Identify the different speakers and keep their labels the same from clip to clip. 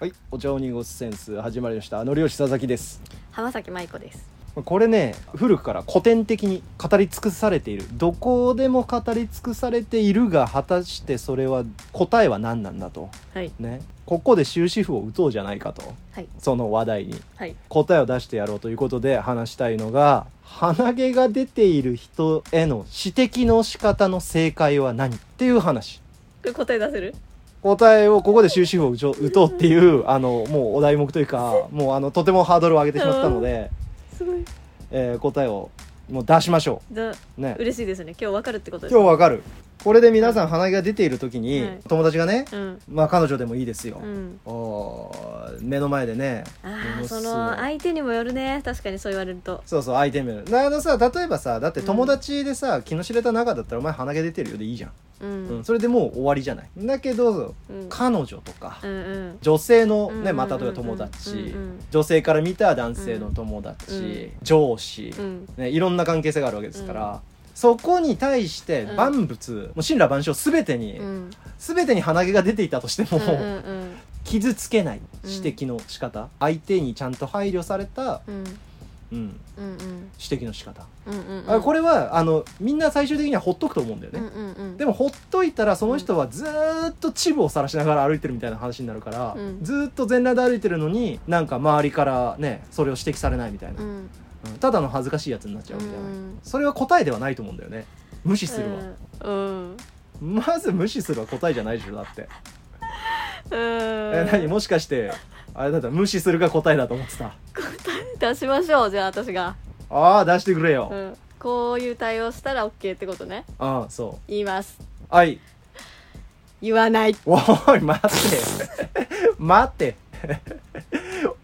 Speaker 1: はい、お茶を濁すセンス始まりました。あの漁師佐々木です。
Speaker 2: 浜崎舞子です
Speaker 1: これね、古くから古典的に語り尽くされている。どこでも語り尽くされているが、果たしてそれは答えは何なんだと。
Speaker 2: はい
Speaker 1: ね。ここで終止符を打とうじゃないかと。
Speaker 2: はい
Speaker 1: その話題に。
Speaker 2: はい
Speaker 1: 答えを出してやろうということで話したいのが、鼻毛が出ている人への指摘の仕方の正解は何っていう話。
Speaker 2: これ答え出せる
Speaker 1: 答えをここで終止符を打ちょ打とうっていうあのもうお題目というかもうあのとてもハードルを上げてしまったので、
Speaker 2: すごい
Speaker 1: えー答えをもう出しましょ
Speaker 2: だ
Speaker 1: うね
Speaker 2: 嬉しいですね今日わかるってことです
Speaker 1: 今日わかるこれで皆さん鼻毛が出ている時に、
Speaker 2: はい
Speaker 1: 友達がね、
Speaker 2: うん
Speaker 1: まあ彼女でもいいですよ
Speaker 2: う、ん
Speaker 1: おー目の前でね
Speaker 2: あ
Speaker 1: も
Speaker 2: あ
Speaker 1: のすご
Speaker 2: そ
Speaker 1: い
Speaker 2: の相手にもよるね確かにそう言われると
Speaker 1: そうそう相手目のなあのさ例えばさだって友達でさ、気の知れた仲だったらお前鼻毛出てるよでいいじゃん、
Speaker 2: う
Speaker 1: うんん、それでもう終わりじゃないだけど
Speaker 2: うん
Speaker 1: 彼女とか、
Speaker 2: うんうん
Speaker 1: 女性の
Speaker 2: うんうんうん
Speaker 1: ね
Speaker 2: うん
Speaker 1: またとえ友達
Speaker 2: うんうん
Speaker 1: 女性から見た男性の友達上司
Speaker 2: うん
Speaker 1: ねいろんな関係性があるわけですからそこに対して
Speaker 2: うん
Speaker 1: 万物もう神羅万象全てに
Speaker 2: うん
Speaker 1: 全てに鼻毛が出ていたとして
Speaker 2: う
Speaker 1: も
Speaker 2: んうん
Speaker 1: 傷つけない
Speaker 2: うん
Speaker 1: 指摘の仕方相手にちゃんと配慮された
Speaker 2: うん
Speaker 1: うん
Speaker 2: うんうん
Speaker 1: 指摘の仕方
Speaker 2: うんうんうん
Speaker 1: あこれはあのみんな最終的にはほっとくと思うんだよ
Speaker 2: うん
Speaker 1: ね
Speaker 2: うんうん
Speaker 1: でもほっといたらその人はずーっとチブを晒しながら歩いてるみたいな話になるから、
Speaker 2: うん
Speaker 1: ずーっと全裸で歩いてるのになんか周りからねそれを指摘されないみたいな、
Speaker 2: う
Speaker 1: うん
Speaker 2: ん
Speaker 1: ただの恥ずかしいやつになっちゃうみたいな、それは答えではないと思うんだよね無視するは、
Speaker 2: うんうん
Speaker 1: まず無視するは答えじゃないでしょだって、え
Speaker 2: 何
Speaker 1: 何もしかしてあれだったら無視するが答えだと思ってた
Speaker 2: 出しましょうじゃあ私が
Speaker 1: ああ出してくれよ、
Speaker 2: うんこういう対応したら OK ってことね
Speaker 1: ああそ
Speaker 2: 言います
Speaker 1: うはい
Speaker 2: 言わない
Speaker 1: おい待って待って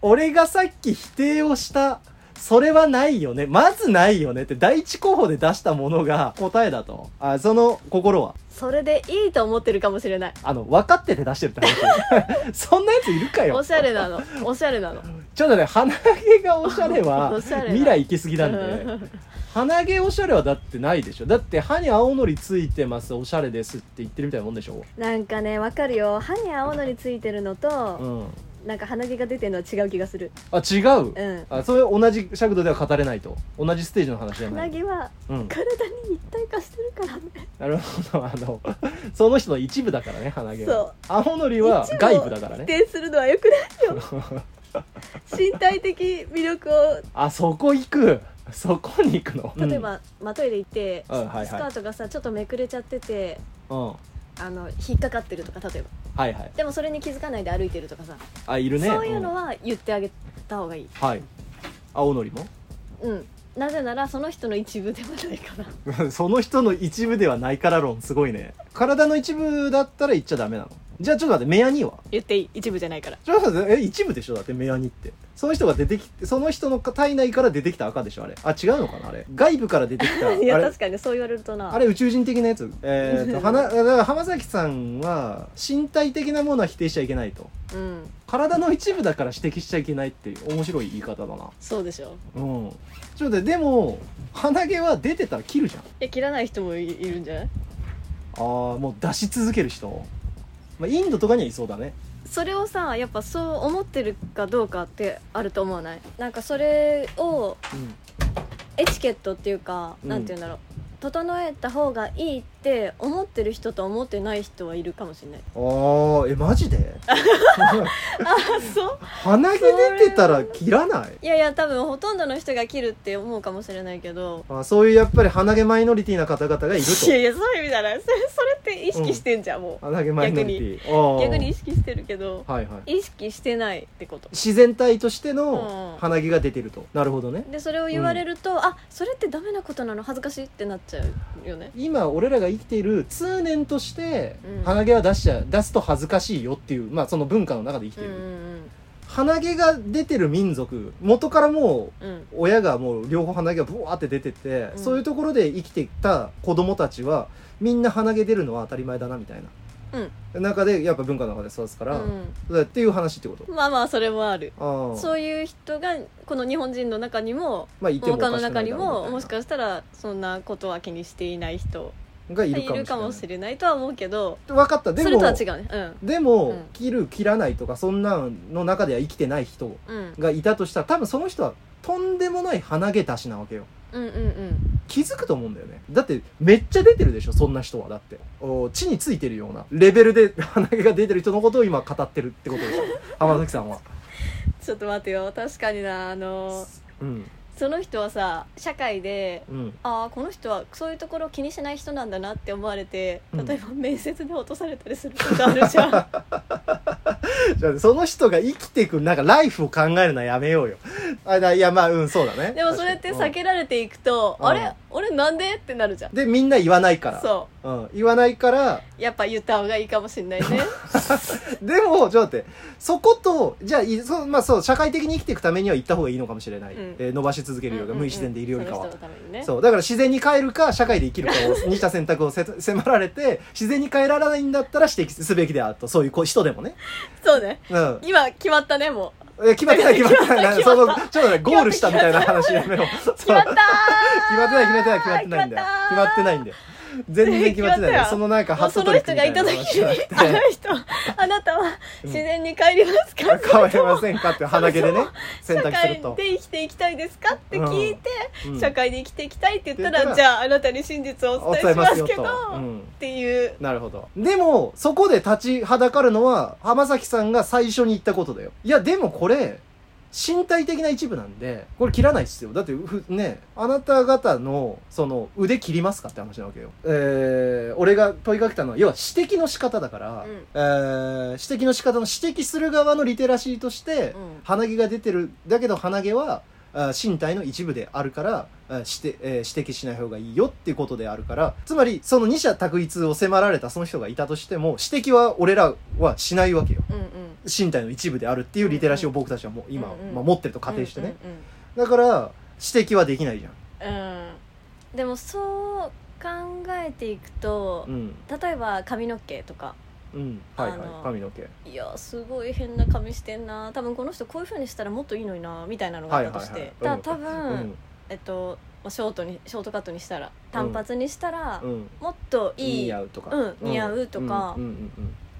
Speaker 1: 俺がさっき否定をしたそれはないよねまずないよねって第一候補で出したものが答えだとあその心は
Speaker 2: それでいいと思ってるかもしれない
Speaker 1: あの分かってて出してるって話 そんなやついるかよ
Speaker 2: おしゃれなのおしゃれなの
Speaker 1: ちょっとね鼻毛がおしゃれは
Speaker 2: おしゃれな
Speaker 1: 未来行き過ぎなんで鼻毛おしゃれはだってないでしょだって歯に青のりついてますおしゃれですって言ってるみたいなもんでしょ
Speaker 2: なんかねわかるよ歯に青のりついてるの
Speaker 1: う
Speaker 2: と、
Speaker 1: ん
Speaker 2: なんか鼻毛が出てるのは違う気がする
Speaker 1: あ違う
Speaker 2: うん
Speaker 1: あそれ同じ尺度では語れないと同じステージの話じゃな
Speaker 2: 鼻
Speaker 1: い、
Speaker 2: 毛は
Speaker 1: うん、
Speaker 2: 体に一体化してるからね
Speaker 1: なるほどあの その人の一部だからね鼻毛は
Speaker 2: そう
Speaker 1: 青のりは
Speaker 2: 一部を
Speaker 1: 外部だから
Speaker 2: 否
Speaker 1: ね
Speaker 2: 定するのはよくないよ 身体的魅力を
Speaker 1: あそこ行くそこに行くの
Speaker 2: 例え、ば、まあトイレ行って、
Speaker 1: うんはいはい
Speaker 2: スカートがさちょっとめくれちゃってて
Speaker 1: うんうん、は
Speaker 2: あの引っかかってるとか例えば
Speaker 1: いはい
Speaker 2: でもそれに気づかないで歩いてるとかさ、
Speaker 1: あいるね
Speaker 2: そういうの
Speaker 1: ん
Speaker 2: は言ってあげた方がいい
Speaker 1: はい青のりも
Speaker 2: うんなぜならその人の一部ではないから
Speaker 1: その人の一部ではないから論すごいね体の一部だったら言っちゃダメなのじゃあちょっと待って目やには
Speaker 2: 言っていい一部じゃないから
Speaker 1: ちょっと待ってえ一部でしょだって目やにってその人が出てきてその人の体内から出てきた赤でしょあれあ違うのかなあれ外部から出てきたあ
Speaker 2: いや
Speaker 1: れ
Speaker 2: 確かにそう言われるとな
Speaker 1: あれ宇宙人的なやつえ ー、と花だから浜崎さんは身体的なものは否定しちゃいけないと
Speaker 2: うん
Speaker 1: 体の一部だから指摘しちゃいけないっていう面白い言い方だな
Speaker 2: そうでしょ
Speaker 1: うんちょっと待ってでも鼻毛は出てたら切るじゃん
Speaker 2: いや切らない人もいいるんじゃない
Speaker 1: あーもう出し続ける人、まあ、インドとかにはいそうだね
Speaker 2: それをさやっぱそう思ってるかどうかってあると思わないなんかそれをエチケットっていうか、
Speaker 1: うん
Speaker 2: なんて言うんだろう整えた方がいいって思ってる人と思ってない人はいるかもしれない
Speaker 1: うんああえマジで
Speaker 2: あそう
Speaker 1: 鼻毛出てたら切らない
Speaker 2: いやいや多分ほとんどの人が切るって思うかもしれないけど
Speaker 1: あそういうやっぱり鼻毛マイノリティな方々がいると
Speaker 2: いやいやそういう意味じゃないそれそれって意識してんじゃん、も
Speaker 1: 鼻毛マイノリティ
Speaker 2: う
Speaker 1: あー
Speaker 2: 逆に意識してるけど
Speaker 1: はいはい
Speaker 2: 意識してないってこと
Speaker 1: 自然体として
Speaker 2: う
Speaker 1: の
Speaker 2: ん
Speaker 1: 鼻毛が出てると、なるほどね
Speaker 2: でそれを言われると、あそれってダメなことなの恥ずかしいってなっちゃうよね
Speaker 1: 今俺らが生きている通念として
Speaker 2: うん
Speaker 1: 鼻毛は出しちゃ出すと恥ずかしいよっていうまあその文化の中で生き
Speaker 2: う
Speaker 1: て
Speaker 2: ん
Speaker 1: る、鼻毛が出てる民族元からもう
Speaker 2: うんうん
Speaker 1: 親がもう両方鼻毛がブワーって出てて、
Speaker 2: うん
Speaker 1: そういうところで生きてきた子供たちはみんな鼻毛出るのは当たり前だなみたいな中でやっぱ文化の中で育つから、
Speaker 2: う
Speaker 1: そうだっていう話ってこと
Speaker 2: ん、まあまあそれもある
Speaker 1: ああ
Speaker 2: そういう人がこの日本人の中にも
Speaker 1: まあいてもお
Speaker 2: 他
Speaker 1: か
Speaker 2: の
Speaker 1: しくな
Speaker 2: 中
Speaker 1: い
Speaker 2: に
Speaker 1: だろうみたい
Speaker 2: も
Speaker 1: な
Speaker 2: もしかしたらそんなことは気にしていない人
Speaker 1: がい
Speaker 2: い
Speaker 1: るかもしれない
Speaker 2: るかもしれないとは思うけど
Speaker 1: 分かったで
Speaker 2: それとは違
Speaker 1: も
Speaker 2: うね
Speaker 1: でも、
Speaker 2: うん
Speaker 1: 切る切らないとかそんなんの中では生きてない人
Speaker 2: うん、うん、
Speaker 1: がいたとしたら多分その人はとんでもない鼻毛出しなわけよ
Speaker 2: うんうんうん
Speaker 1: 気づくと思うんだよねだってめっちゃ出てるでしょそんな人はだってお地についてるようなレベルで 鼻毛が出てる人のことを今語ってるってことでし ょ浜崎さんは
Speaker 2: ちょっと待ってよ確かになあの
Speaker 1: うん
Speaker 2: その人はさ社会で
Speaker 1: うん
Speaker 2: ああこの人はそういうところを気にしない人なんだなって思われて
Speaker 1: うん
Speaker 2: 例えば面接で落とされたりすることあるじゃん
Speaker 1: じゃあその人が生きていくなんかライフを考えるのはやめようよあだいやまあうんそうだね
Speaker 2: でもそれって避
Speaker 1: 先
Speaker 2: けられていくと
Speaker 1: うん
Speaker 2: あれ俺なんでってなるじゃん
Speaker 1: でみんな言わないから、
Speaker 2: そう
Speaker 1: ん、言わないから
Speaker 2: うやっぱ言った方がいいかもしれないね
Speaker 1: でもちょっと待ってそことじゃあいそう、まあ、そう社会的に生きていくためには行った方がいいのかもしれない、
Speaker 2: うん
Speaker 1: えー伸ばし続けるより
Speaker 2: うん
Speaker 1: は
Speaker 2: うんうん
Speaker 1: 無意自然 でいるよりかは
Speaker 2: その人のためにね
Speaker 1: そうだから自然に変えるか社会で生きるか を二者選択をせ迫られて自然に変えられないんだったら指摘すべきであるとそういう子人でもね、
Speaker 2: そうね
Speaker 1: うん、
Speaker 2: 今決まったねもう
Speaker 1: いや決まってない決まってない
Speaker 2: 決まった
Speaker 1: そのちょっとねゴールしたみたいな話やめよう そう
Speaker 2: 決まったー
Speaker 1: 決まってない決まってない決まってないんだよ決まってないんだよ全然決まってないんだよ
Speaker 2: 決まったよ
Speaker 1: そのなんか
Speaker 2: もう
Speaker 1: ハッ
Speaker 2: そ
Speaker 1: ト
Speaker 2: の
Speaker 1: トリック
Speaker 2: 人
Speaker 1: み
Speaker 2: が
Speaker 1: た
Speaker 2: い
Speaker 1: いな
Speaker 2: た時
Speaker 1: 話
Speaker 2: に
Speaker 1: じゃなく
Speaker 2: あの
Speaker 1: て
Speaker 2: 人あなたは自然に帰りますか、
Speaker 1: 変わりませんかって鼻毛でね選
Speaker 2: 社
Speaker 1: 択する
Speaker 2: 会
Speaker 1: と、
Speaker 2: で生きていきたいですかって聞いて、
Speaker 1: うん
Speaker 2: 社会で生きていきたいって言ったら、
Speaker 1: って言った
Speaker 2: じ
Speaker 1: ら
Speaker 2: ゃああなたに真実をお伝えしますけど
Speaker 1: うん
Speaker 2: っていう
Speaker 1: なるほど。でも、そこで立ちはだかるのは、浜崎さんが最初に言ったことだよ。いや、でもこれ、身体的な一部なんで、これ切らないっすよ。だって、ふね、あなた方の、その、腕切りますかって話なわけよ。えー、俺が問いかけたのは、要は指摘の仕方だから、
Speaker 2: うん
Speaker 1: えー、指摘の仕方の指摘する側のリテラシーとして、
Speaker 2: うん
Speaker 1: 鼻毛が出てる、だけど鼻毛は、あ身体の一部であるから、あしてえー指摘しない方がいいよっていうことであるから、つまりその二者択一を迫られたその人がいたとしても、指摘は俺らはしないわけよ。
Speaker 2: うんうん
Speaker 1: 身体の一部であるっていうリテラシーを僕たちはもう今、
Speaker 2: うんうん
Speaker 1: まあ、持ってると仮定してね。
Speaker 2: うんう
Speaker 1: だ
Speaker 2: ん
Speaker 1: から、指摘はできないじゃん。
Speaker 2: うんうんでもそう考えていくと、
Speaker 1: うん。
Speaker 2: 例えば髪の毛とか
Speaker 1: うん。はいは
Speaker 2: あの
Speaker 1: い。髪の毛。
Speaker 2: いやすごい変な髪してんな多分この人こういうふうにしたらもっといいのになみたいなのがあったとして、
Speaker 1: はいはいはい
Speaker 2: だ
Speaker 1: うん
Speaker 2: 多分、
Speaker 1: うん。
Speaker 2: えっとまあショートにショートカットにしたら短髪にしたら、
Speaker 1: うん。
Speaker 2: もっといい
Speaker 1: 似合うとか。
Speaker 2: うん似合うとか
Speaker 1: うんうん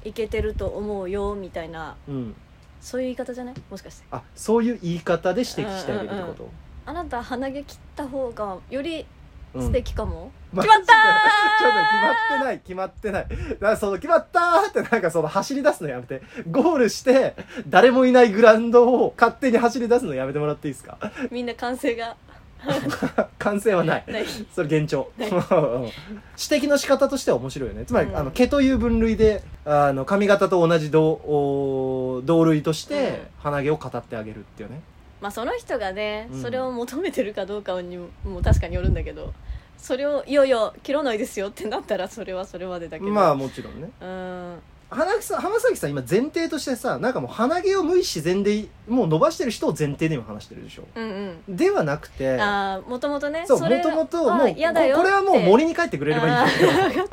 Speaker 2: いけてると思うよみたいな
Speaker 1: うんうん。うん。
Speaker 2: そういう言い方じゃないもしかして
Speaker 1: あ、そういう言い方で指摘してあげるってこと。
Speaker 2: あなた鼻毛切った方がより
Speaker 1: うん
Speaker 2: 素敵かも、
Speaker 1: まあ
Speaker 2: 決まった
Speaker 1: ちょっと決まってない、決まってない。だからその決まったーってなんかその走り出すのやめて。ゴールして、誰もいないグラウンドを勝手に走り出すのやめてもらっていいですか
Speaker 2: ーみんな歓声が
Speaker 1: 完成はない。
Speaker 2: ない
Speaker 1: それ幻聴。
Speaker 2: ね
Speaker 1: うん指摘の仕方としては面白いよね。つまり、
Speaker 2: うん
Speaker 1: あの、毛という分類で、あの、髪型と同じ同、お同類として、鼻毛を語ってあげるっていうね。
Speaker 2: まあその人がね、
Speaker 1: うん
Speaker 2: それを求めてるかどうかにももう確かによるんだけどそれをいよいよ切らないですよってなったらそれはそれまでだけど
Speaker 1: まあ、もちろんね。
Speaker 2: うん
Speaker 1: 花木さん、浜崎さん今前提としてさ、なんかもう鼻毛を無意自然で、もう伸ばしてる人を前提で今話してるでしょ。
Speaker 2: うん
Speaker 1: ではなくて、
Speaker 2: うんああもともとね
Speaker 1: そう、も
Speaker 2: れ
Speaker 1: ともと、
Speaker 2: は
Speaker 1: もう、こ
Speaker 2: 嫌だよ
Speaker 1: これはもう森に帰ってく
Speaker 2: に
Speaker 1: れればいいんだ よ。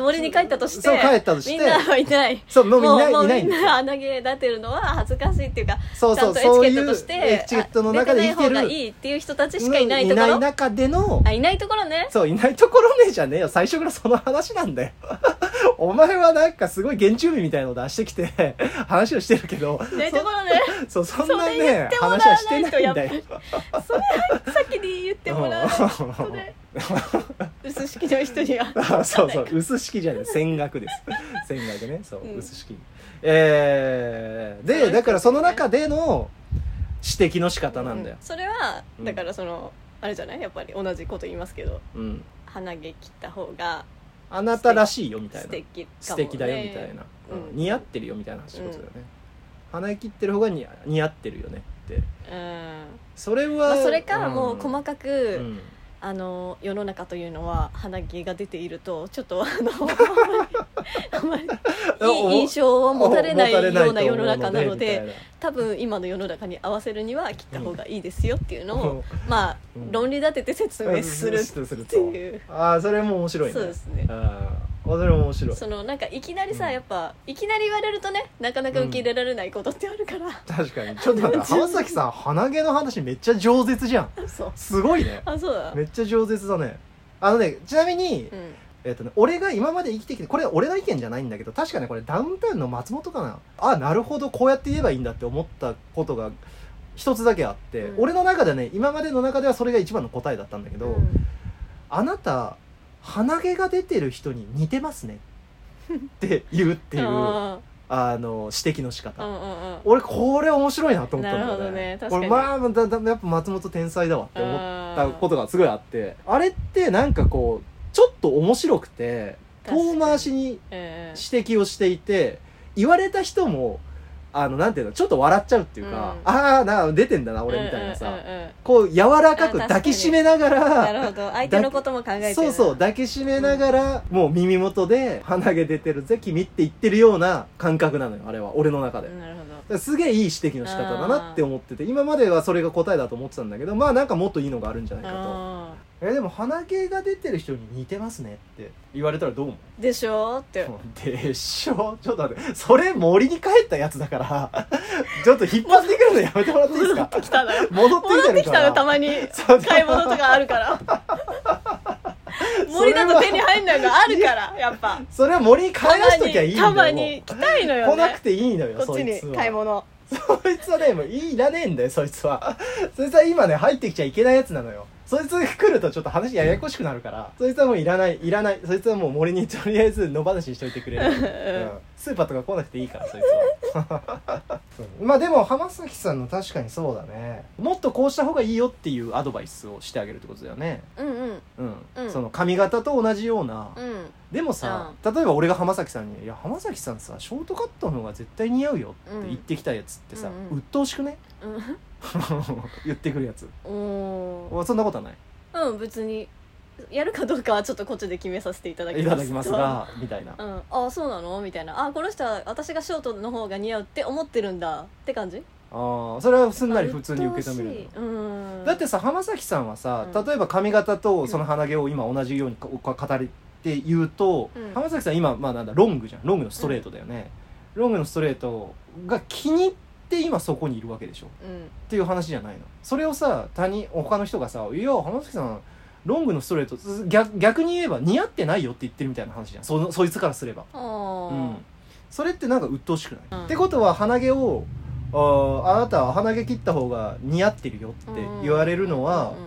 Speaker 2: 森に帰ったとして
Speaker 1: そう、帰ったとし
Speaker 2: みん
Speaker 1: て、
Speaker 2: なはいない
Speaker 1: そう、もうみんない
Speaker 2: もう
Speaker 1: いないん
Speaker 2: み
Speaker 1: だ
Speaker 2: ん
Speaker 1: よ。
Speaker 2: な穴毛立てるのは恥ずかしいっていうか
Speaker 1: そう
Speaker 2: ちゃ
Speaker 1: そ
Speaker 2: ん
Speaker 1: う、
Speaker 2: とエチ
Speaker 1: そう
Speaker 2: ケ
Speaker 1: い
Speaker 2: ット
Speaker 1: う
Speaker 2: として
Speaker 1: エチケットの中で生きて
Speaker 2: あ出ない方
Speaker 1: る
Speaker 2: が、いいっていう人たちしかいないとこ
Speaker 1: うん
Speaker 2: ろ、
Speaker 1: いない中での
Speaker 2: あ、いないところね
Speaker 1: そう、いないところねじゃねえよ。最初からその話なんだよ。 お前はなんかすごい原住民みたいのを出してきて、 話をしてるけど、
Speaker 2: いないところね
Speaker 1: そう、そん
Speaker 2: そ
Speaker 1: な
Speaker 2: れ言
Speaker 1: ね
Speaker 2: って、もらわ
Speaker 1: 話はし
Speaker 2: な
Speaker 1: て
Speaker 2: いと
Speaker 1: ない
Speaker 2: や
Speaker 1: ん
Speaker 2: っぱ
Speaker 1: だ
Speaker 2: り
Speaker 1: よ。
Speaker 2: それは先に言ってもらわない とね薄式の人には
Speaker 1: あ そうそう薄式じゃない戦学です 戦学ねそう、
Speaker 2: うん
Speaker 1: 薄式えー、
Speaker 2: そう
Speaker 1: で
Speaker 2: いう
Speaker 1: だからその
Speaker 2: ことね
Speaker 1: 中での指摘の仕方なんだよ
Speaker 2: う、それは
Speaker 1: うん
Speaker 2: だからその、あれじゃないやっぱり同じこと言いますけど
Speaker 1: うん
Speaker 2: 鼻毛切った方が
Speaker 1: あなたらしいよみたい
Speaker 2: 素
Speaker 1: な
Speaker 2: 敵かも、ね、
Speaker 1: 素敵だよみたいな、うん
Speaker 2: うん
Speaker 1: 似合ってるよみたいな話ってことだよね、鼻息切ってる方が似合似合ってるよねって
Speaker 2: うん
Speaker 1: それは、
Speaker 2: まあ、それか
Speaker 1: ん
Speaker 2: もう細かく、
Speaker 1: うん
Speaker 2: あの世の中というのは鼻毛が出ているとちょっとあのあんまりいい印象を持たれないような世の中なので多分今の世の中に合わせるには切った方がいいですよっていうのを、まあ、
Speaker 1: うん
Speaker 2: 論理立てて説明する
Speaker 1: する
Speaker 2: っていう、
Speaker 1: ああそれも面白いね
Speaker 2: そうですね
Speaker 1: あーあそれ面白い
Speaker 2: そのなんかいきなりさ、
Speaker 1: うん
Speaker 2: やっぱいきなり言われるとねなかなか受け入れられないことってあるから、
Speaker 1: 確かにちょっと 待って浜崎さん鼻毛の話めっちゃ饒舌じゃん
Speaker 2: そう
Speaker 1: すごいね
Speaker 2: あそうだ
Speaker 1: めっちゃ饒舌だねあのねちなみに、
Speaker 2: うん
Speaker 1: えっとね、俺が今まで生きてきてこれは俺の意見じゃないんだけど確かねこれダウンタウンの松本かなあなるほどこうやって言えばいいんだって思ったことが一つだけあって、
Speaker 2: うん
Speaker 1: 俺の中でね今までの中ではそれが一番の答えだったんだけど、
Speaker 2: うん
Speaker 1: あなた鼻毛が出てる人に似てますねって言うっていうあ
Speaker 2: あ
Speaker 1: の指摘の仕
Speaker 2: ーう
Speaker 1: 方、
Speaker 2: んうんうん
Speaker 1: 俺これ面白いなと思ったんだよね
Speaker 2: なるほどね確
Speaker 1: こ
Speaker 2: かに
Speaker 1: れまあだだやっぱ松本天才だわって思ったことがすごいあってあれってなんかこうちょっと面白くて遠回しに
Speaker 2: うん
Speaker 1: 指摘をしていて言われた人もあのなんていうのちょっと笑っちゃうっていうか、
Speaker 2: うん
Speaker 1: ああな出てんだな俺みたいなさ、
Speaker 2: うんうんうんうん
Speaker 1: こう柔らかく
Speaker 2: あ確かに
Speaker 1: 抱きしめなが
Speaker 2: な
Speaker 1: ら
Speaker 2: るほど相手のことも考えてる
Speaker 1: そうそう抱きしめながら、もう耳元で「鼻毛出てるぜ君」って言ってるような感覚なのよあれは俺の中で。
Speaker 2: なるほど
Speaker 1: だからすげえいい指摘の仕方だなって思ってて今まではそれが答えだと思ってたんだけどまあなんかもっといいのがあるんじゃないか
Speaker 2: あ
Speaker 1: とえでも鼻毛が出てる人に似てますねって言われたらどう思う
Speaker 2: ーでしょって
Speaker 1: でしょちょっと待ってそれ森に帰ったやつだから ちょっと引っ張ってくるのやめてもらっていいです
Speaker 2: 戻
Speaker 1: か
Speaker 2: ってきたのよ
Speaker 1: 戻ってき
Speaker 2: 戻
Speaker 1: て
Speaker 2: って
Speaker 1: る
Speaker 2: き
Speaker 1: か
Speaker 2: た
Speaker 1: ら
Speaker 2: のたまに
Speaker 1: そう
Speaker 2: 買い物とかあるから森だと手に入んないのあるからやっぱ
Speaker 1: それは森に帰らしときゃいいんだ
Speaker 2: た
Speaker 1: よ
Speaker 2: まにたまに来たいの
Speaker 1: もう
Speaker 2: よ
Speaker 1: 来なく
Speaker 2: ね
Speaker 1: ていいのよ
Speaker 2: こっ
Speaker 1: そ
Speaker 2: ち
Speaker 1: い
Speaker 2: に
Speaker 1: つは
Speaker 2: 買い物
Speaker 1: そいつはねもういいらねえんだよそいつはそいつは今ね入ってきちゃいけないやつなのよそいつが来るとちょっと話ややこしくなるからそいつはもういらないいらないそいつはもう森にとりあえず野放しにしといてくれる、うんスーパーとか来なくていいからそいつは うんまあでも浜崎さんの確かにそうだねもっとこうした方がいいよっていうアドバイスをしてあげるってことだよね
Speaker 2: うんうん
Speaker 1: うん、
Speaker 2: うん
Speaker 1: その髪型と同じような、
Speaker 2: うん
Speaker 1: でもさ、例えば俺が浜崎さんに「いや浜崎さんさショートカットの方が絶対似合うよ」って言ってきたやつってさ、
Speaker 2: うんうん
Speaker 1: 鬱陶しくね 言ってくるやつ
Speaker 2: うん
Speaker 1: おそんなことはない
Speaker 2: うん別にやるかどうかはちょっとこっちで決めさせていただき
Speaker 1: い
Speaker 2: ま
Speaker 1: た
Speaker 2: す
Speaker 1: だきますがみたいな
Speaker 2: うん、ああそうなのみたいなあこの人は私がショートの方が似合うって思ってるんだって感じ
Speaker 1: ああそれはすんなり普通に受け止めるの
Speaker 2: あ鬱陶しいうん
Speaker 1: だってさ浜崎さんはさ、
Speaker 2: うん
Speaker 1: 例えば髪型とその鼻毛を今同じようにここ語りって言うと、
Speaker 2: うん
Speaker 1: 浜崎さん今、まあ、なんだロングじゃんロングのストレートだよね、ロングのストレートが気に入って今そこにいるわけでしょっ
Speaker 2: うん
Speaker 1: ていう話じゃないのそれをさ他人他の人がさ「いや浜崎さんロングのストレート逆逆に言えば似合ってないよ」って言ってるみたいな話じゃんそのそいつからすれば
Speaker 2: あ
Speaker 1: うん
Speaker 2: ー、
Speaker 1: それってなんか鬱陶しくない、
Speaker 2: うん
Speaker 1: ってことは鼻毛をあーあなたは鼻毛切った方が似合ってるよって言われるのは
Speaker 2: うんうん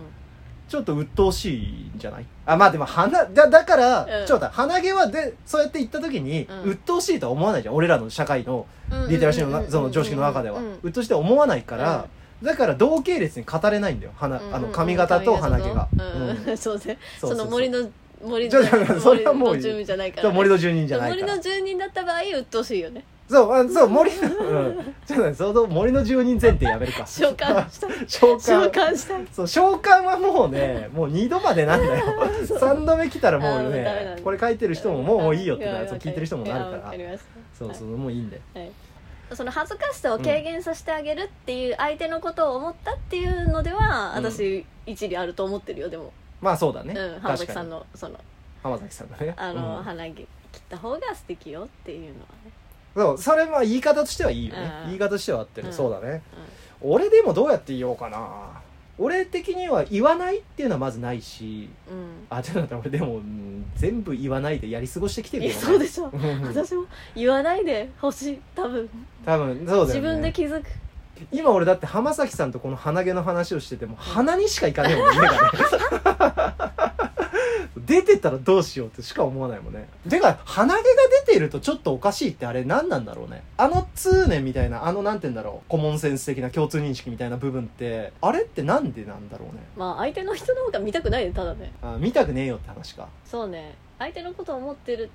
Speaker 1: ちょっと鬱陶しいんじゃないあまあでも鼻だだから、
Speaker 2: うん
Speaker 1: ちょっと待って鼻毛はでそうやって言った時に、
Speaker 2: うん
Speaker 1: 鬱陶しいとは思わないじゃん俺らの社会のリテラシーのなその常識の中では、
Speaker 2: うんうんうん
Speaker 1: 鬱陶しいとは思わないから、だから同系列に語れないんだよ鼻、あの髪型と鼻毛が、
Speaker 2: うん
Speaker 1: うん
Speaker 2: うん そうね
Speaker 1: そそう
Speaker 2: そうの
Speaker 1: う
Speaker 2: 森の森
Speaker 1: じゃあだからそれはもう
Speaker 2: 森の住民じゃないか
Speaker 1: そ
Speaker 2: ら
Speaker 1: う
Speaker 2: ね
Speaker 1: 森の住人じゃないか
Speaker 2: 森
Speaker 1: ら
Speaker 2: の住人だった場合鬱陶しいよね
Speaker 1: そう、あそう、森の、うん。ちょっとね、その森の住人前提やめる か。
Speaker 2: 召喚したい
Speaker 1: 召喚。
Speaker 2: 召喚したい
Speaker 1: そう、召喚はもうね、もう2度までなん だよ。3度目来たらもう
Speaker 2: あーダメなん
Speaker 1: ね
Speaker 2: だ、
Speaker 1: これ書いてる人ももうもういいよってなる、
Speaker 2: うん
Speaker 1: そう聞いてる人もなるか。
Speaker 2: わからりまし
Speaker 1: そうそう、もういいんだよ。
Speaker 2: たはいその恥ずかしさを軽減させてあげるっていう相手のことを思ったっていうのでは、
Speaker 1: うん
Speaker 2: 私一理あると思ってるよでも、
Speaker 1: まあそうだ
Speaker 2: う
Speaker 1: ね。
Speaker 2: ん、浜
Speaker 1: 確
Speaker 2: 崎
Speaker 1: か
Speaker 2: さん
Speaker 1: に。
Speaker 2: のその
Speaker 1: 浜崎さんだね。
Speaker 2: あの、
Speaker 1: うん
Speaker 2: 鼻毛切った方が素敵よっていうのはね
Speaker 1: そう、それは言い方としてはいいよ
Speaker 2: う
Speaker 1: ね
Speaker 2: ん。
Speaker 1: 言い方としては合って
Speaker 2: う
Speaker 1: る。
Speaker 2: ん
Speaker 1: そうだね。俺でもどうやって言おうかな。俺的には言わないっていうのはまずないし、
Speaker 2: うん、
Speaker 1: あ、ちょっと待って、俺でも、うん全部言わないでやり過ごしてきて
Speaker 2: うん、
Speaker 1: る
Speaker 2: え
Speaker 1: よね。
Speaker 2: そうでしょ
Speaker 1: うん
Speaker 2: 私も言わないでほしい多分、
Speaker 1: 多分そうだ
Speaker 2: 自
Speaker 1: よ、ね、
Speaker 2: 分で気づく
Speaker 1: 今俺だって浜崎さんとこの鼻毛の話をしてても鼻にしかいかねえもんね目がね出てたらどうしようってしか思わないもんねてか鼻毛が出てるとちょっとおかしいってあれ何なんだろうねあの通念みたいなあのなんて言うんだろうコモンセンス的な共通認識みたいな部分ってあれってなんでなんだろうね
Speaker 2: まあ相手の人の方が見たくないねただね
Speaker 1: あ見たくねえよって話か
Speaker 2: そうね相手のことを思ってる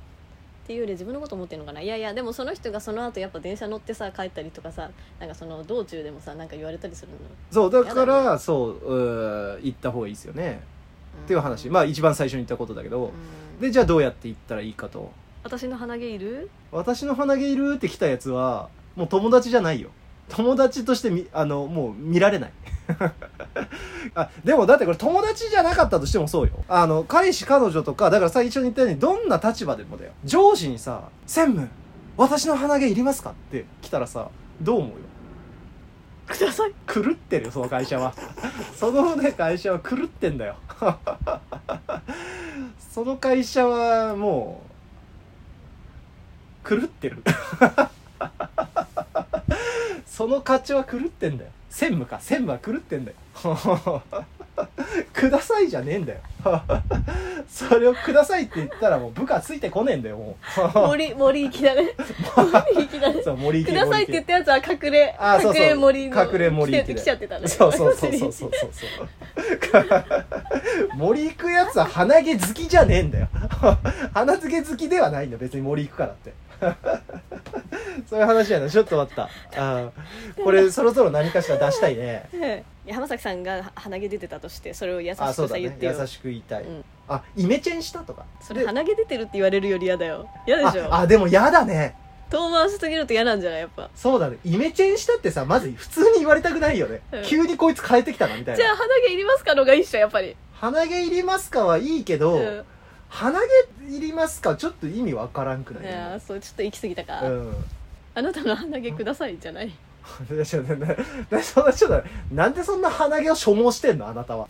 Speaker 2: っていうより自分のこと思ってるのかないやいやでもその人がその後やっぱ電車乗ってさ帰ったりとかさなんかその道中でもさなんか言われたりするの、
Speaker 1: そうだか
Speaker 2: やだ
Speaker 1: らそううー言った方がいいですよね
Speaker 2: ん
Speaker 1: っていう話まあ一番最初に言ったことだけど
Speaker 2: うん
Speaker 1: でじゃあどうやって言ったらいいかと
Speaker 2: 私の鼻毛いる
Speaker 1: 私の鼻毛いるって来たやつはもう友達じゃないよ友達としてみあのもう見られない あでもだってこれ友達じゃなかったとしてもそうよあの彼氏彼女とかだから最初に言ったようにどんな立場でもだよ上司にさ「専務私の鼻毛いりますか?」って来たらさどう思うよ
Speaker 2: ください
Speaker 1: 狂ってるよその会社は そのね会社は狂ってんだよ その会社はもう狂ってる その課長は狂ってんだよ専務か専務は狂ってんだよ くださいじゃねえんだよ それをくださいって言ったらもう部下ついてこねえんだよも う
Speaker 2: 森森行きだね森行きだね
Speaker 1: そう 森行
Speaker 2: く
Speaker 1: け
Speaker 2: ださいって言ったやつは隠れ
Speaker 1: あそうそう
Speaker 2: 隠れ森の
Speaker 1: 隠れ森行きだ
Speaker 2: 来て
Speaker 1: よ
Speaker 2: 来ちゃってたね
Speaker 1: そうそうそうそうそうそう そう森行くやつは鼻毛好きじゃねえんだよ 鼻付け好きではないんだよ別に森行くからって そういう話やなちょっと待ったあーこれそろそろ何かしら出したいね
Speaker 2: ええ山崎さんが鼻毛出てたとしてそれを優し
Speaker 1: あ
Speaker 2: く
Speaker 1: そう
Speaker 2: さ
Speaker 1: だ
Speaker 2: 言っ
Speaker 1: ね
Speaker 2: てよ
Speaker 1: 優しく言いたい、
Speaker 2: うん
Speaker 1: あイメチェンしたとか
Speaker 2: それ鼻毛出てるって言われるより嫌だよ嫌でしょ
Speaker 1: ああでもやだね
Speaker 2: 遠回しすぎると嫌なんじゃないやっぱ
Speaker 1: そうだねイメチェンしたってさまず普通に言われたくないよね、
Speaker 2: うん
Speaker 1: 急にこいつ変えてきたなみたい
Speaker 2: じゃ
Speaker 1: な
Speaker 2: あ鼻毛いりますかのがいいっしょやっぱり
Speaker 1: 鼻毛いりますかはいいけど、
Speaker 2: うん
Speaker 1: 鼻毛いりますかちょっと意味わからんくない
Speaker 2: いやーそうちょっと行き過ぎたか、
Speaker 1: うん
Speaker 2: あなたの鼻毛くださいじゃない
Speaker 1: ちょっとななそんなちょっとなんでそんな鼻毛を所望してんのあなたは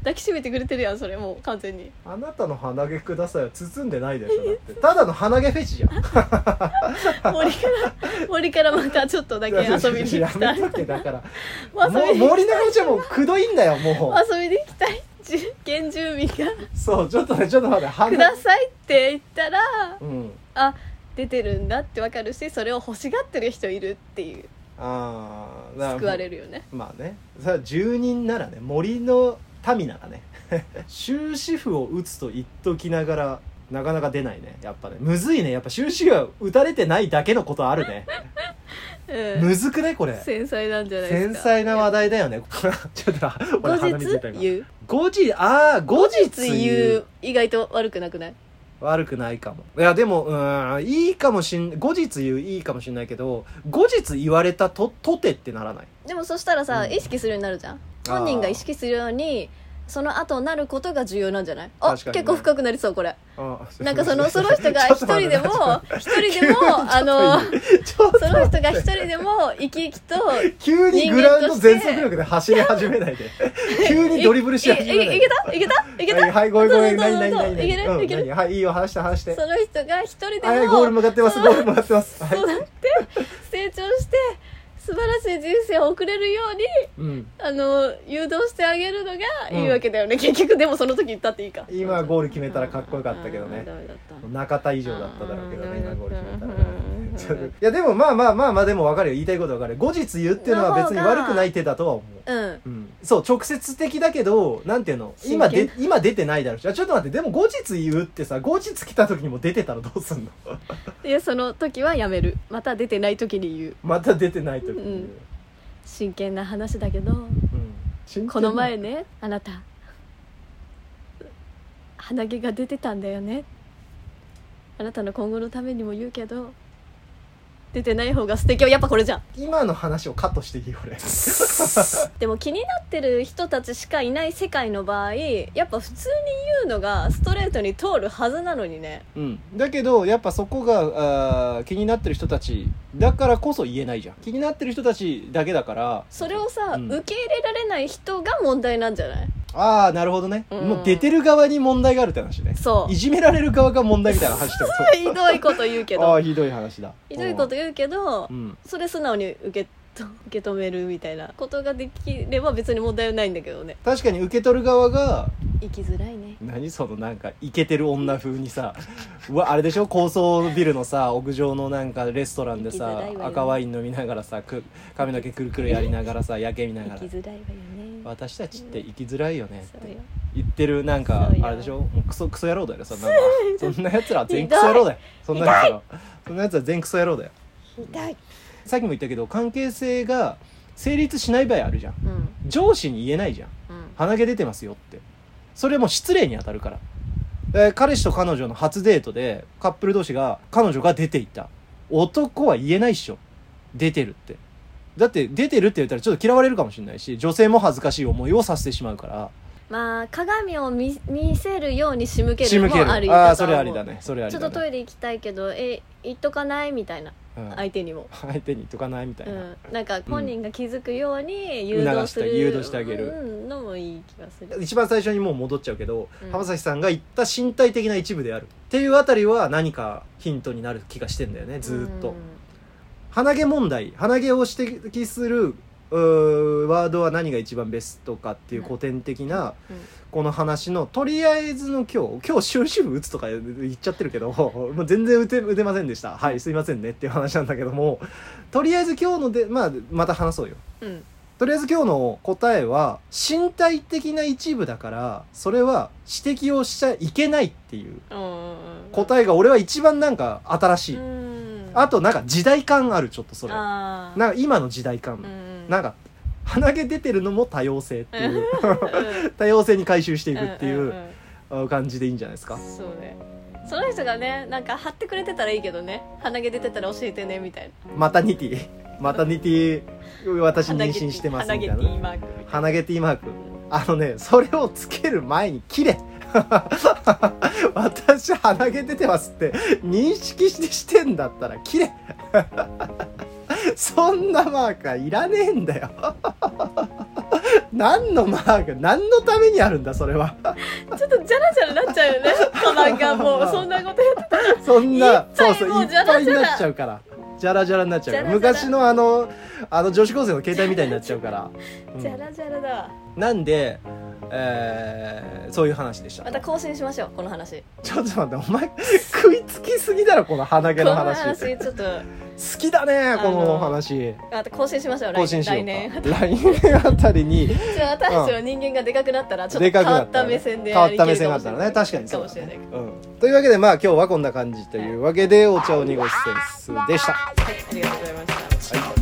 Speaker 2: 抱きしめてくれてるやんそれもう完全に
Speaker 1: あなたの鼻毛くださいは包んでないでしょだってただの鼻毛フェチじゃん
Speaker 2: 森から森からまたちょっとだけ遊びに行
Speaker 1: や
Speaker 2: きた
Speaker 1: め
Speaker 2: い
Speaker 1: とけだから
Speaker 2: もう
Speaker 1: も
Speaker 2: 遊
Speaker 1: う
Speaker 2: びに
Speaker 1: 森の話はもうくどいんだよもう
Speaker 2: 遊びに行きたいじ原住民が
Speaker 1: そうちょっとねちょっと待って
Speaker 2: 「く
Speaker 1: 鼻
Speaker 2: ださい」って言ったら
Speaker 1: うん
Speaker 2: あ出てるんだってわかるしそれを欲しがってる人いるっていう
Speaker 1: ああ
Speaker 2: 救われるよね
Speaker 1: まあねそれは住人ならね森の民なら ね終止符を打つと言っときながらなかなか出ないねやっぱねむずいねやっぱ終止符が打たれてないだけのことあるね
Speaker 2: う ん
Speaker 1: むずくねこれ
Speaker 2: 繊細なんじゃないです
Speaker 1: 繊
Speaker 2: か
Speaker 1: 細な話題だよねこ れちょっと俺
Speaker 2: 後
Speaker 1: 鼻水出た
Speaker 2: 日
Speaker 1: 今
Speaker 2: 言う
Speaker 1: 後日ああ後
Speaker 2: 後
Speaker 1: 日
Speaker 2: 日
Speaker 1: 言
Speaker 2: 言
Speaker 1: う
Speaker 2: う意外と悪くなくない
Speaker 1: 悪くないかもいやでもうーんいいかもしん後日言ういいかもしんないけど後日言われたととてってならない
Speaker 2: でもそしたらさ、
Speaker 1: うん
Speaker 2: 意識するようになるじゃん本人が意識するようにその後なることが重要なんじゃないあ、
Speaker 1: 確かにね
Speaker 2: 結構深くなりそうこれ
Speaker 1: あー
Speaker 2: なんかそ のその人が一人でも一人でもあの
Speaker 1: ちょっと
Speaker 2: その人が一人でも生き生きと
Speaker 1: 急にグラウンド全速力で走り始めない で急にドリブルし
Speaker 2: いいい
Speaker 1: 始めないで
Speaker 2: いけたいけたいけ
Speaker 1: はい
Speaker 2: た
Speaker 1: はいごめんごめん
Speaker 2: どうぞ
Speaker 1: 何
Speaker 2: どうぞ
Speaker 1: 何何
Speaker 2: いける
Speaker 1: 何うん
Speaker 2: いける
Speaker 1: 何はいいいよ話して話して
Speaker 2: その人が一人で
Speaker 1: はい
Speaker 2: も
Speaker 1: ゴール向かってます
Speaker 2: そ
Speaker 1: ゴ
Speaker 2: の
Speaker 1: ール向かってますはい
Speaker 2: そうなって成長して素晴らしい人生を送れるように
Speaker 1: うん
Speaker 2: あの誘導してあげるのがいいわけだよね、結局でもその時言ったっていいか
Speaker 1: 今ゴール決めたらかっこよかったけど
Speaker 2: あー
Speaker 1: ね
Speaker 2: ダメだった
Speaker 1: 中田以上だっただろうけどね今ゴール決めたらね
Speaker 2: うん
Speaker 1: ちょっといやでもまあまあまあまあでも分かるよ言いたいこと分かる後日言うっていうのは別に
Speaker 2: の方が
Speaker 1: 悪くない手だとは思う
Speaker 2: うん
Speaker 1: うん、そう直接的だけどなんていうの
Speaker 2: 真剣
Speaker 1: 今で今出てないだろうしあちょっと待ってでも後日言うってさ後日来た時にも出てたらどうすんの
Speaker 2: でその時はやめるまた出てない時に言う
Speaker 1: また出てない時に、
Speaker 2: うん真剣な話だけど
Speaker 1: うん真剣な
Speaker 2: この前ねあなた鼻毛が出てたんだよねあなたの今後のためにも言うけど出てない方が素敵よやっぱこれじゃん
Speaker 1: 今の話をカットしていい 俺
Speaker 2: でも気になってる人たちしかいない世界の場合やっぱ普通に言うのがストレートに通るはずなのにね
Speaker 1: うん、だけどやっぱそこがあー気になってる人たちだからこそ言えないじゃん気になってる人たちだけだから
Speaker 2: それをさ、
Speaker 1: うん
Speaker 2: 受け入れられない人が問題なんじゃない
Speaker 1: ああなるほどね、
Speaker 2: うん
Speaker 1: もう出てる側に問題があるって話ね
Speaker 2: そう
Speaker 1: いじめられる側が問題みたいな話 ってこ
Speaker 2: ひどいこと言う け
Speaker 1: とあ
Speaker 2: ど
Speaker 1: あひどい話だ
Speaker 2: ひどいこと言うけど、
Speaker 1: うん
Speaker 2: それ素直に受けと受け止めるみたいなことができれば別に問題はないんだけどね
Speaker 1: 確かに受け取る側が
Speaker 2: 生きづらいね
Speaker 1: 何そのなんかイケてる女風にさうわあれでしょ高層ビルのさ屋上のなんかレストランで
Speaker 2: 行きづ
Speaker 1: さ
Speaker 2: らいわよ
Speaker 1: 赤ワイン飲みながらさく髪の毛くるくるやりながらさやけ見なが
Speaker 2: 生
Speaker 1: ら
Speaker 2: きづらいわよね
Speaker 1: 私たちって生きづらいよねっ
Speaker 2: そう
Speaker 1: て
Speaker 2: よ
Speaker 1: 言ってるなんか
Speaker 2: そうよ
Speaker 1: あれでしょもうクソクソ野郎だよそんなのそんなやつらは全クソ野郎だよそんなやつらはそんなやつらは全クソ野郎だよ
Speaker 2: ひどい
Speaker 1: さっきも言ったけど関係性が成立しない場合あるじゃん
Speaker 2: うんうん
Speaker 1: 上司に言えないじゃん鼻毛出てますよってそれも失礼に当たるから、えー彼氏と彼女の初デートでカップル同士が彼女が出ていた男は言えないっしょ出てるってだって出てるって言ったらちょっと嫌われるかもしれないし女性も恥ずかしい思いをさせてしまうから
Speaker 2: まあ鏡を見見せるように仕向け
Speaker 1: 仕
Speaker 2: る
Speaker 1: 向
Speaker 2: の
Speaker 1: け
Speaker 2: もあり
Speaker 1: るああそれありだねそれあり
Speaker 2: ちょ
Speaker 1: だ、
Speaker 2: っ
Speaker 1: ね、
Speaker 2: とトイレ行きたいけどえ行っとかないみたいな
Speaker 1: うん
Speaker 2: 相手にも、
Speaker 1: 相手にとかないみたいうな、
Speaker 2: ん、なんか本人が気づくように誘導す
Speaker 1: 促
Speaker 2: る、
Speaker 1: して誘導してあげる
Speaker 2: うん、のもいい気がする
Speaker 1: 一番最初にもう戻っちゃうけど、
Speaker 2: うん
Speaker 1: 浜崎さんが言った身体的な一部であるっていうあたりは何かヒントになる気がしてんだよねずーっと、鼻毛問題鼻毛を指摘するうーワードは何が一番ベストかっていう古典的な
Speaker 2: うんうん
Speaker 1: この話のとりあえずの今日今日終止符打つとか言っちゃってるけど もう全然打て打てませんでしたはいすいませんねっていう話なんだけどもとりあえず今日ので、まあ、また話そうよ
Speaker 2: うん、うん
Speaker 1: とりあえず今日の答えは身体的な一部だからそれは指摘をしちゃいけないっていう
Speaker 2: うん、
Speaker 1: 答えが俺は一番なんか新しい、
Speaker 2: うん
Speaker 1: あとなんか時代感あるちょっとそれな
Speaker 2: あー
Speaker 1: んか今の時代感、
Speaker 2: うん
Speaker 1: なんか鼻毛出てるのも多様性っていう
Speaker 2: うん
Speaker 1: 多様性に回収していくってい
Speaker 2: んん
Speaker 1: うあ感じでいいんじゃないですか
Speaker 2: うんそうねその人がねなんか貼ってくれてたらいいけどね鼻毛出てたら教えてねみたいな
Speaker 1: マタニティマタニティ私妊娠してます
Speaker 2: 鼻
Speaker 1: み
Speaker 2: 毛
Speaker 1: た
Speaker 2: テ
Speaker 1: い
Speaker 2: ィー
Speaker 1: な
Speaker 2: マークみたいな
Speaker 1: 鼻毛ティーマークあのねそれをつける前に切れ 私鼻毛出てますって認識してしてんだったら切れそんなマーカーいらねえんだよ何のマーカー何のためにあるんだそれは
Speaker 2: ちょっとジャラジャラなっちゃう よねカバンがもうそんなことやってたら
Speaker 1: そんな、
Speaker 2: いっぱ
Speaker 1: そう
Speaker 2: い
Speaker 1: そう、
Speaker 2: も
Speaker 1: いうっ
Speaker 2: ジャラ
Speaker 1: ぱいに
Speaker 2: ジャラ
Speaker 1: なっちゃうから。じゃらじゃらになっちゃうから。
Speaker 2: ジャラ
Speaker 1: 昔
Speaker 2: ジャ
Speaker 1: のあの、あの女子高生の携帯みたいになっちゃうから。うん
Speaker 2: ジャラジャラだわ
Speaker 1: なんで、えー、そういう話でした。
Speaker 2: また更新しましょうこの話
Speaker 1: ちょっと待って、お前、食いつきすぎだろ、この鼻毛
Speaker 2: この
Speaker 1: の話。
Speaker 2: 話ちょっと
Speaker 1: 好きだね、このお話。
Speaker 2: また更新しましょう来
Speaker 1: 更新しよ
Speaker 2: 来
Speaker 1: う
Speaker 2: 年
Speaker 1: か。来年あたりに、
Speaker 2: じゃあ私たちの人間がでかくなったらちょっと
Speaker 1: で
Speaker 2: 変
Speaker 1: かくな
Speaker 2: わ
Speaker 1: っ
Speaker 2: ったた
Speaker 1: ら
Speaker 2: 目
Speaker 1: ね
Speaker 2: 線で
Speaker 1: 変わった目線があったらね、確かに
Speaker 2: か
Speaker 1: そう
Speaker 2: も
Speaker 1: だ
Speaker 2: しれない
Speaker 1: ね。うん。というわけで、まあ今日はこんな感じというわけで、お茶を濁すセンスでした。は
Speaker 2: はいありがとうございました
Speaker 1: い。